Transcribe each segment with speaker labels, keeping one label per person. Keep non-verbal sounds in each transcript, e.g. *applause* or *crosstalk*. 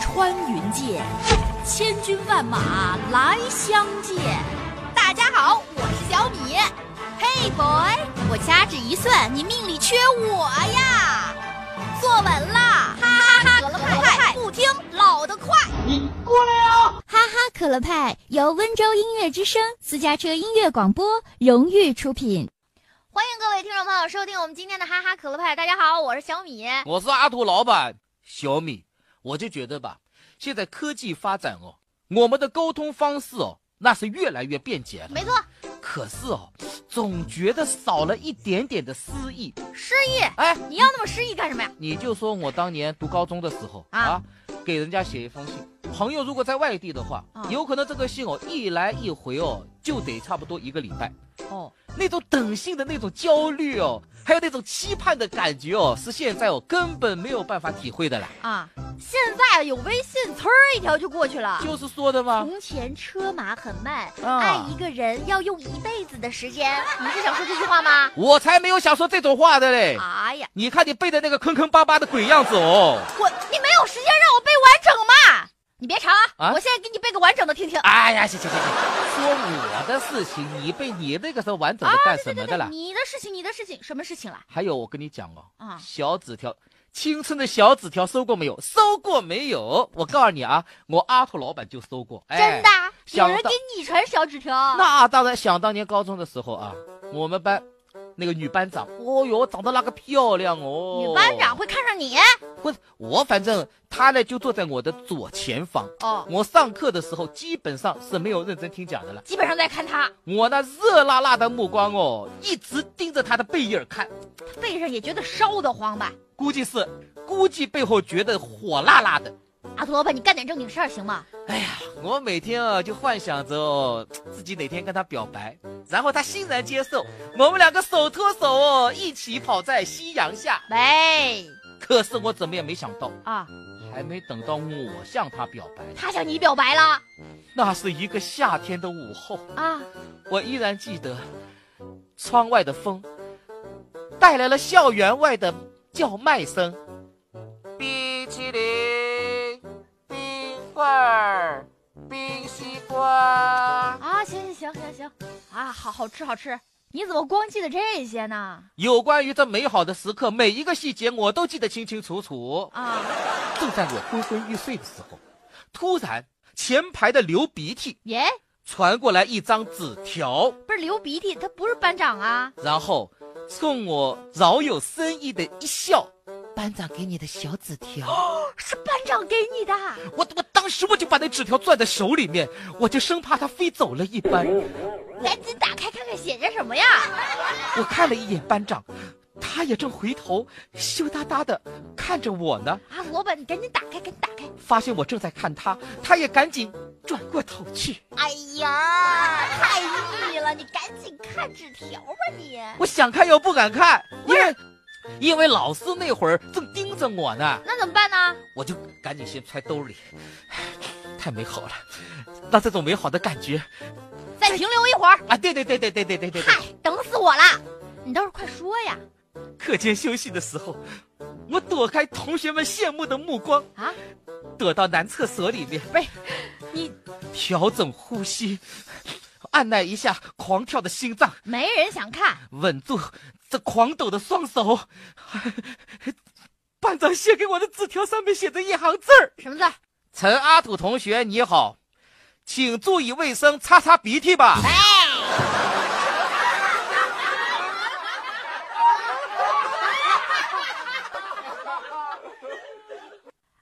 Speaker 1: 穿云箭，千军万马来相见。
Speaker 2: 大家好，我是小米。
Speaker 3: Hey boy，
Speaker 2: 我掐指一算，你命里缺我呀！
Speaker 3: 坐稳啦！
Speaker 2: 哈哈，可乐派
Speaker 3: 不听老的快。
Speaker 4: 你过来啊！
Speaker 5: 哈哈，可乐派由温州音乐之声私家车音乐广播荣誉出品。
Speaker 3: 欢迎各位听众朋友收听我们今天的哈哈可乐派。大家好，我是小米，
Speaker 6: *laughs* 我是阿土老板。小米，我就觉得吧，现在科技发展哦，我们的沟通方式哦，那是越来越便捷了。
Speaker 3: 没错。
Speaker 6: 可是哦，总觉得少了一点点的诗意。
Speaker 3: 诗意？
Speaker 6: 哎，
Speaker 3: 你要那么诗意干什么呀？
Speaker 6: 你就说我当年读高中的时候、啊、啊，给人家写一封信，朋友如果在外地的话，啊、有可能这个信哦一来一回哦，就得差不多一个礼拜。哦，那种等信的那种焦虑哦，还有那种期盼的感觉哦，是现在我、哦、根本没有办法体会的啦。
Speaker 3: 啊，现在有微信，呲一条就过去了。
Speaker 6: 就是啊说的嘛。
Speaker 3: 从前车马很慢，啊、爱一个人要用一辈子的时间。
Speaker 6: *laughs*
Speaker 3: 你是想说这句话吗？
Speaker 6: 我才没有想说这种话的嘞。
Speaker 3: 哎、啊、呀，
Speaker 6: 你看你背的那个坑坑巴巴的鬼样子哦。
Speaker 3: 我，你没有时间让我背完整嘛？你别吵啊！啊我现在给你背个完整的听听。
Speaker 6: 哎呀，行行行行。说我的事情，你被你那个时候完整的干什么的了、啊
Speaker 3: 对对对？你的事情，你的事情，什么事情啦？
Speaker 6: 还有，我跟你讲哦，啊、嗯，小纸条，青春的小纸条收过没有？收过没有？我告诉你啊，我阿土老板就收过，
Speaker 3: 真的、啊
Speaker 6: 哎，
Speaker 3: 有人给你传小纸条？
Speaker 6: 那当然，想当年高中的时候啊，我们班那个女班长，哦哟，长得那个漂亮哦，
Speaker 3: 女班长会看上你？
Speaker 6: 不是，我反正。他呢就坐在我的左前方哦，我上课的时候基本上是没有认真听讲的了，
Speaker 3: 基本上在看他。
Speaker 6: 我那热辣辣的目光哦，一直盯着他的背影看，
Speaker 3: 背上也觉得烧得慌吧？
Speaker 6: 估计是，估计背后觉得火辣辣的。
Speaker 3: 阿土老板，你干点正经事儿行吗？
Speaker 6: 哎呀，我每天啊就幻想着哦，自己哪天跟他表白，然后他欣然接受，我们两个手拖手哦，一起跑在夕阳下。
Speaker 3: 喂。
Speaker 6: 可是我怎么也没想到
Speaker 3: 啊，
Speaker 6: 还没等到我向他表白，
Speaker 3: 他向你表白了。
Speaker 6: 那是一个夏天的午后
Speaker 3: 啊，
Speaker 6: 我依然记得，窗外的风带来了校园外的叫卖声，
Speaker 7: 冰淇淋、冰棍儿、冰西瓜。
Speaker 3: 啊，行行行行行，啊，好好吃好吃。你怎么光记得这些呢？
Speaker 6: 有关于这美好的时刻，每一个细节我都记得清清楚楚
Speaker 3: 啊！
Speaker 6: 正在我昏昏欲睡的时候，突然前排的流鼻涕
Speaker 3: *laughs* 耶
Speaker 6: 传过来一张纸条，
Speaker 3: 不是流鼻涕，他不是班长啊！
Speaker 6: 然后冲我饶有深意的一笑，班长给你的小纸条、
Speaker 3: 哦、是班长给你的，
Speaker 6: 啊我我当时我就把那纸条攥在手里面，我就生怕它飞走了一般。
Speaker 3: 赶紧打开看看写着什么呀！
Speaker 6: 我看了一眼班长，他也正回头羞答答的看着我呢。
Speaker 3: 啊，老板，你赶紧打开，赶紧打开！
Speaker 6: 发现我正在看他，他也赶紧转过头去。
Speaker 3: 哎呀，太腻了！你赶紧看纸条吧你！
Speaker 6: 我想看又不敢看，因为因为老师那会儿正盯着我呢。
Speaker 3: 那怎么办呢？
Speaker 6: 我就赶紧先揣兜里。太美好了，让这种美好的感觉。
Speaker 3: 再停留一会儿
Speaker 6: 啊！对对对对对对对对！
Speaker 3: 嗨，等死我了！你倒是快说呀！
Speaker 6: 课间休息的时候，我躲开同学们羡慕的目光
Speaker 3: 啊，
Speaker 6: 躲到男厕所里面。
Speaker 3: 不是，你
Speaker 6: 调整呼吸，按耐一下狂跳的心脏。
Speaker 3: 没人想看。
Speaker 6: 稳住这狂抖的双手。班长写给我的纸条上面写着一行字儿，
Speaker 3: 什么字？
Speaker 6: 陈阿土同学，你好。请注意卫生，擦擦鼻涕吧。
Speaker 3: 哎，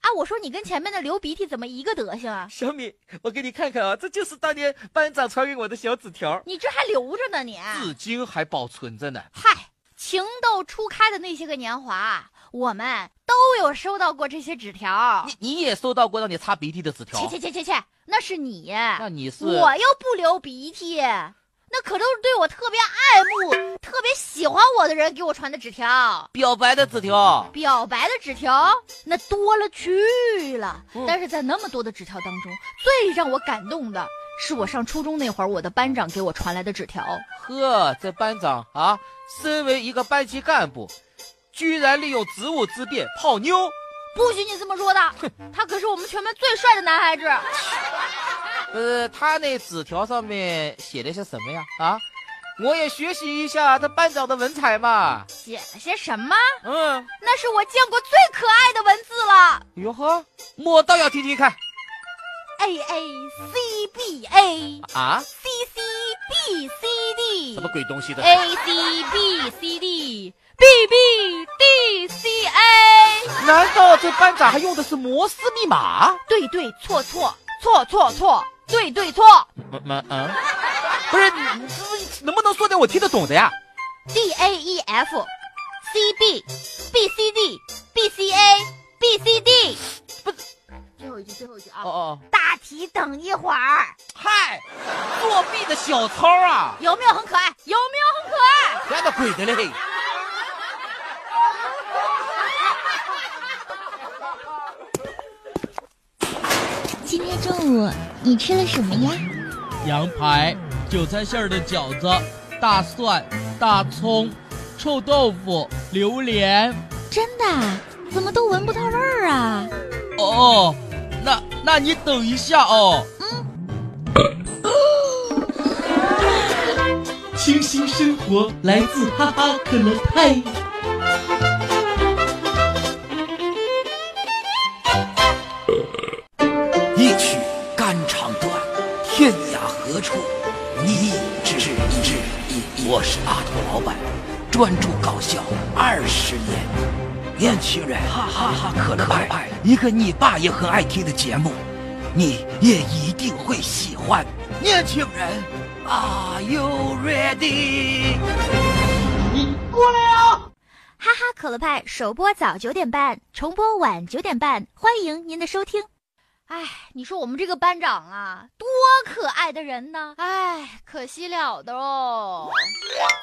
Speaker 3: 啊，我说你跟前面的流鼻涕怎么一个德行啊？
Speaker 6: 小米，我给你看看啊，这就是当年班长传给我的小纸条，
Speaker 3: 你这还留着呢你，你
Speaker 6: 至今还保存着呢。
Speaker 3: 嗨，情窦初开的那些个年华，啊我们都有收到过这些纸条。
Speaker 6: 你你也收到过让你擦鼻涕的纸条？
Speaker 3: 切切切切切。那是你，
Speaker 6: 那你是
Speaker 3: 我又不流鼻涕，那可都是对我特别爱慕、特别喜欢我的人给我传的纸条，
Speaker 6: 表白的纸条，
Speaker 3: 表白的纸条那多了去了、嗯。但是在那么多的纸条当中，最让我感动的是我上初中那会儿，我的班长给我传来的纸条。
Speaker 6: 呵，这班长啊，身为一个班级干部，居然利用职务之便泡妞。
Speaker 3: 不许你这么说的，他可是我们全班最帅的男孩子。
Speaker 6: 不是呃他那纸条上面写的些什么呀？啊，我也学习一下他班长的文采嘛。
Speaker 3: 写了些什么？
Speaker 6: 嗯，
Speaker 3: 那是我见过最可爱的文字了。
Speaker 6: 哟呵，我倒要听听看
Speaker 3: a a c b a
Speaker 6: 啊，
Speaker 3: c c b c d
Speaker 6: 什么鬼东西的？
Speaker 3: a c b c d b b d c a。
Speaker 6: 难道这班长还用的是摩斯密码？
Speaker 3: 对对错错错错错对对错
Speaker 6: 嗯嗯嗯，不是，你你这能不能说点我听得懂的呀？
Speaker 3: d a e f c b b c d b c a b c d。最后一句，最后一句啊！
Speaker 6: 哦哦，
Speaker 2: 大题等一会儿。
Speaker 6: 嗨，作弊的小抄啊，
Speaker 3: 有没有很可爱？有没有很可爱？
Speaker 6: 丫的鬼的嘞！
Speaker 5: 今天中午你吃了什么呀？
Speaker 4: 羊排、韭菜馅儿的饺子、大蒜、大葱、臭豆腐、榴莲。
Speaker 5: 真的啊？怎么都闻不到味儿啊？
Speaker 4: 哦，那那你等一下哦。清新生活来自哈哈可乐派。
Speaker 8: 一曲肝肠断，天涯何处你只是一枝。我是阿拓老板，专注搞笑二十年。年轻人，哈哈哈可乐派，一个你爸也很爱听的节目，你也一定会喜欢。年轻人，Are you ready？
Speaker 5: 哈哈可乐派首播早九点半，重播晚九点半，欢迎您的收听。
Speaker 3: 哎，你说我们这个班长啊，多可爱的人呢！哎，可惜了的哦，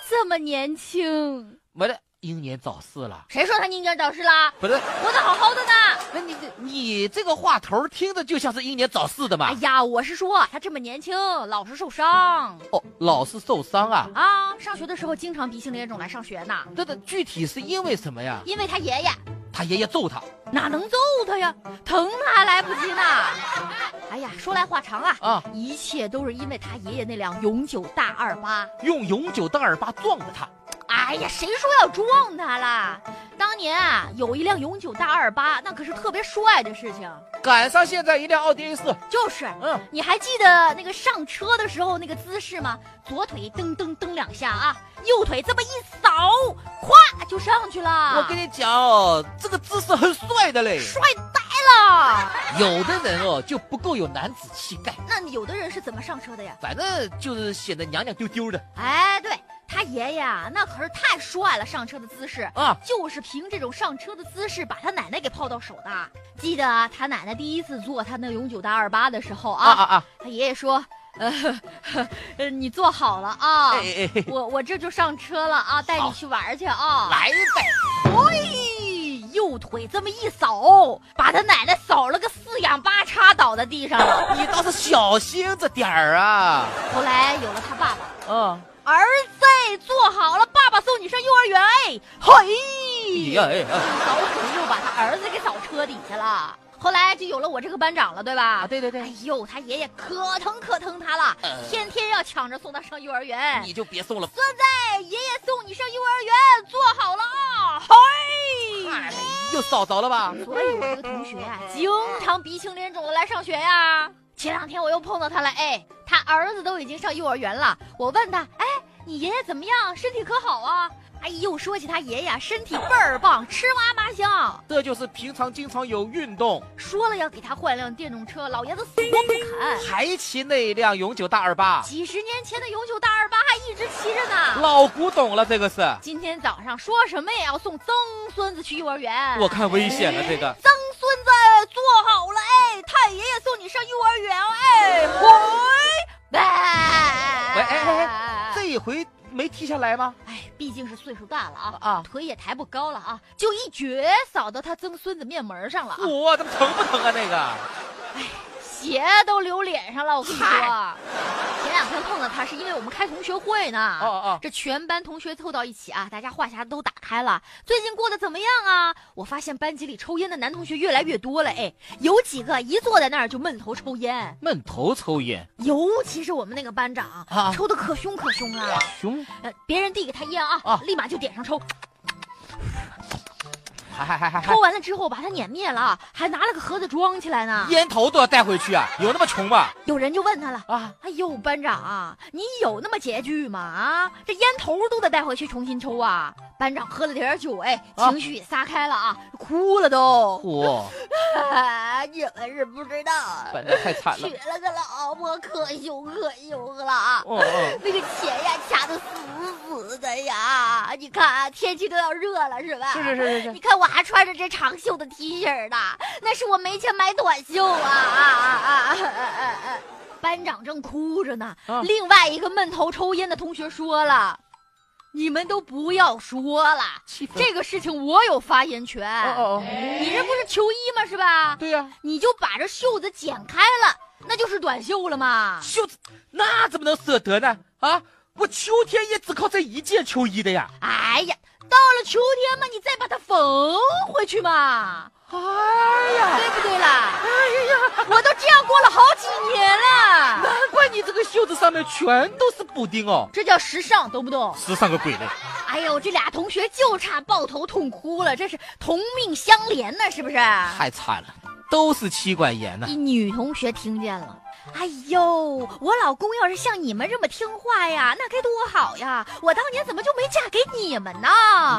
Speaker 3: 这么年轻，
Speaker 6: 没了，英年早逝了。
Speaker 3: 谁说他英年早逝啦？
Speaker 6: 不是，
Speaker 3: 活得好好的
Speaker 5: 啊
Speaker 3: 呢。
Speaker 6: 不是你这你这个话头儿听着就像是英年早逝的嘛。
Speaker 3: 哎呀，我是说他这么年轻，老是受伤
Speaker 6: 哦，老是受伤啊？
Speaker 3: 啊。上学的时候经常鼻青脸肿来上学呢，
Speaker 6: 这这具体是因为什么呀？
Speaker 3: 因为他爷爷
Speaker 6: 他爷爷揍他。
Speaker 3: 哪能揍他呀，疼他还来不及呢。哎呀，说来话长啊，
Speaker 6: 啊
Speaker 3: 一切都是因为他爷爷那辆永久大二八。
Speaker 6: 用永久的耳巴撞了他。
Speaker 3: 哎呀，谁说要撞他啦？当年啊，有一辆永久大二八，那可是特别帅的事情。
Speaker 6: 赶上现在一辆奥迪 A 四，
Speaker 3: 就是，
Speaker 6: 嗯，
Speaker 3: 你还记得那个上车的时候那个姿势吗？左腿蹬蹬蹬两下啊，右腿这么一扫，咵就上去了。
Speaker 6: 我跟你讲哦，这个姿势很帅的嘞。
Speaker 3: 帅呆了。
Speaker 6: 有的人哦就不够有男子气概，
Speaker 3: 那有的人是怎么上车的呀？
Speaker 6: 反正就是显得娘娘丢丢的
Speaker 3: 哎，对他爷爷啊，那可是太帅了，上车的姿势。
Speaker 6: 啊。
Speaker 3: 就是凭这种上车的姿势把他奶奶给泡到手的。记得啊，他奶奶第一次坐他那永久大二八的时候
Speaker 6: 啊
Speaker 3: 啊，
Speaker 6: 啊啊！
Speaker 3: 他爷爷说：“呃，呵呃你坐好了啊，
Speaker 6: 哎哎哎，
Speaker 3: 我我这就上车了啊，带你去玩儿去啊。”
Speaker 6: 来呗！
Speaker 3: 嘿，右腿这么一扫，把他奶奶扫了个四仰八叉，倒在地上了。
Speaker 6: 你倒是小心着点儿啊。
Speaker 3: 后来有了他爸爸，
Speaker 6: 啊，
Speaker 3: 儿子哎坐好了，爸爸送你上幼儿园。哎，嘿
Speaker 6: 你呀，哎哎
Speaker 3: 一扫腿就把他儿子给扫车底下了。后来就有了我这个班长了，对吧
Speaker 6: 啊，？对对
Speaker 3: 哎
Speaker 6: 对，
Speaker 3: 呦，他爷爷可疼可疼他了，
Speaker 6: 呃
Speaker 3: 天天要抢着送他上幼儿园。
Speaker 6: 哎你就别送了。
Speaker 3: 孙子，爷爷送你上幼儿园，坐好了啊！嘿。
Speaker 6: 哎又扫着了吧？
Speaker 3: 所以我这个同学啊，经常鼻青脸肿的来上学呀、前两天我又碰到他了，哎，他儿子都已经上幼儿园了。我问他，哎，你爷爷怎么样？身体可好啊？哎呦，说起他爷爷啊，身体倍儿棒，吃嘛嘛香。
Speaker 6: 这就是平常经常有运动，
Speaker 3: 说了要给他换辆电动车，老爷子死活不肯。
Speaker 6: 还骑那辆永久大二八，
Speaker 3: 几十年前的永久大二八还一直骑着呢。
Speaker 6: 老古董了，这个是。
Speaker 3: 今天早上说什么也要送曾孙子去幼儿园。
Speaker 6: 我看危险了，这个。
Speaker 3: 曾孙子坐好了，哎，太爷爷送你上幼儿园，哎，回。喂
Speaker 6: 喂哎哎这一回没踢下来吗？
Speaker 3: 哎，毕竟是岁数大了啊，
Speaker 6: 啊，
Speaker 3: 腿也抬不高了啊，就一撅扫到他曾孙子面门上了啊，
Speaker 6: 我怎么疼不疼啊？那个
Speaker 3: 血都流脸上了。我跟你说，前两两天碰到他是因为我们开同学会呢。
Speaker 6: 哦哦，
Speaker 3: 这全班同学凑到一起啊，大家话匣子都打开了。最近过得怎么样啊？我发现班级里抽烟的男同学越来越多了，哎，有几个一坐在那儿就闷头抽烟，
Speaker 6: 闷头抽烟
Speaker 3: 尤其是我们那个班长，
Speaker 6: 啊
Speaker 3: 抽的可凶可凶了。
Speaker 6: 凶，
Speaker 3: 呃，别人递给他烟啊，
Speaker 6: 啊
Speaker 3: 立马就点上抽，
Speaker 6: 还还还还还
Speaker 3: 抽完了之后把它碾灭了，还拿了个盒子装起来呢。
Speaker 6: 烟头都要带回去啊？有那么穷吗？
Speaker 3: 有人就问他了。
Speaker 6: 啊，
Speaker 3: 哎呦，班长啊，你有那么拮据吗？啊，这烟头都得带回去重新抽啊！班长喝了点酒，哎，
Speaker 6: 啊
Speaker 3: 情绪也撒开了啊，哭了都。
Speaker 6: 嚯，
Speaker 3: 啊、 *laughs* 你们是不知道，
Speaker 6: 本来太惨了
Speaker 3: 娶。了个老婆可凶可凶了啊！
Speaker 6: 哦哦，
Speaker 3: 那个钱呀，掐的死死的呀！你看啊天气都要热了，是吧？
Speaker 6: 是是是是是
Speaker 3: 你看我还穿着这长袖的 T 恤呢，那是我没钱买短袖啊啊啊啊啊啊啊！班长正哭着呢，
Speaker 6: 啊
Speaker 3: 另外一个闷头抽烟的同学说了：“你们都不要说了，
Speaker 6: 气氛。
Speaker 3: 这个事情我有发言权。
Speaker 6: 哦哦哦，
Speaker 3: 你这不是球衣吗？是吧？
Speaker 6: 对呀，
Speaker 3: 你就把这袖子剪开了，那就是短袖了嘛。
Speaker 6: 袖子那怎么能舍得呢？啊，我秋天也只靠这一件秋衣的呀。
Speaker 3: 哎呀，到了秋天嘛，你再把它缝回去嘛，
Speaker 6: 哎呀，
Speaker 3: 对不对啦？哎呀，我都这样过了好几年了，
Speaker 6: 难怪你这个袖子上面全都是补丁哦。
Speaker 3: 这叫时尚，懂不懂？
Speaker 6: 时尚个鬼嘞！
Speaker 3: 哎呦，这俩同学就差抱头痛哭了，这是同命相连呢，是不是？
Speaker 6: 太惨了，都是妻管严呐、
Speaker 3: 一女同学听见了。哎呦，我老公要是像你们这么听话呀，那该多好呀！我当年怎么就没嫁给你们呢？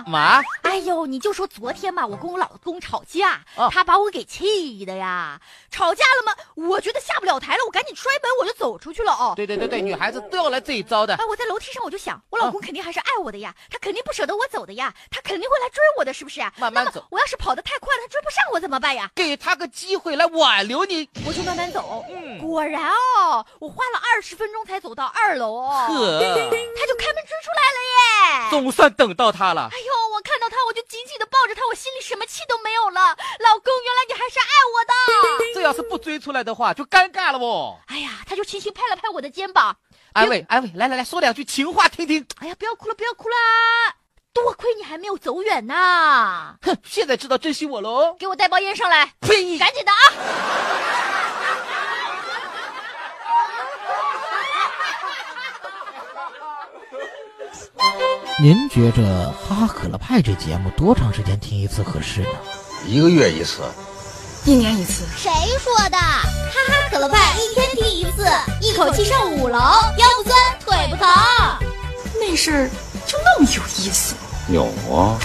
Speaker 6: 妈，
Speaker 3: 哎呦，你就说昨天嘛，我跟我老公吵架，
Speaker 6: 啊
Speaker 3: 他把我给气的呀。吵架了嘛，我觉得下不了台了，我赶紧摔门，我就走出去了哦。
Speaker 6: 对对对对，女孩子都要来这一招的
Speaker 3: 哎，。我在楼梯上我就想，
Speaker 6: 嗯
Speaker 3: 我老公肯定还是爱我的呀，他肯定不舍得我走的呀，他肯定会来追我的，是不是？啊
Speaker 6: 慢慢走，
Speaker 3: 我要是跑得太快了，他追不上我怎么办呀？
Speaker 6: 给她个机会来挽留你。
Speaker 3: 我就慢慢走，
Speaker 6: 嗯，
Speaker 3: 果然哦，我花了二十分钟才走到二楼哦，
Speaker 6: 呵，
Speaker 3: 他就开门追出来了耶。
Speaker 6: 总算等到她了。
Speaker 3: 哎呦，我看到他我就紧紧的抱着他，我心里什么气都没有了。老公，原来你还是爱我的。
Speaker 6: 这要是不追出来的话，就尴尬了哦。
Speaker 3: 哎呀，他就轻轻拍了拍我的肩膀，
Speaker 6: 安慰安慰，来来来说两句情话听听。
Speaker 3: 哎呀，不要哭了，不要哭啦！多亏你还没有走远呐，
Speaker 6: 哼，现在知道珍惜我了哦。
Speaker 3: 给我带包烟上来，
Speaker 6: 呸！
Speaker 3: 赶紧的啊！
Speaker 9: 您觉着《哈哈可乐派》这节目多长时间听一次合适呢？
Speaker 10: 一个月一次，
Speaker 11: 一年一次。
Speaker 2: 谁说的？哈哈可乐派一天听一次，一口气上五楼，腰不酸，腿不疼。
Speaker 11: 那事儿就那么有意思？
Speaker 10: 有啊。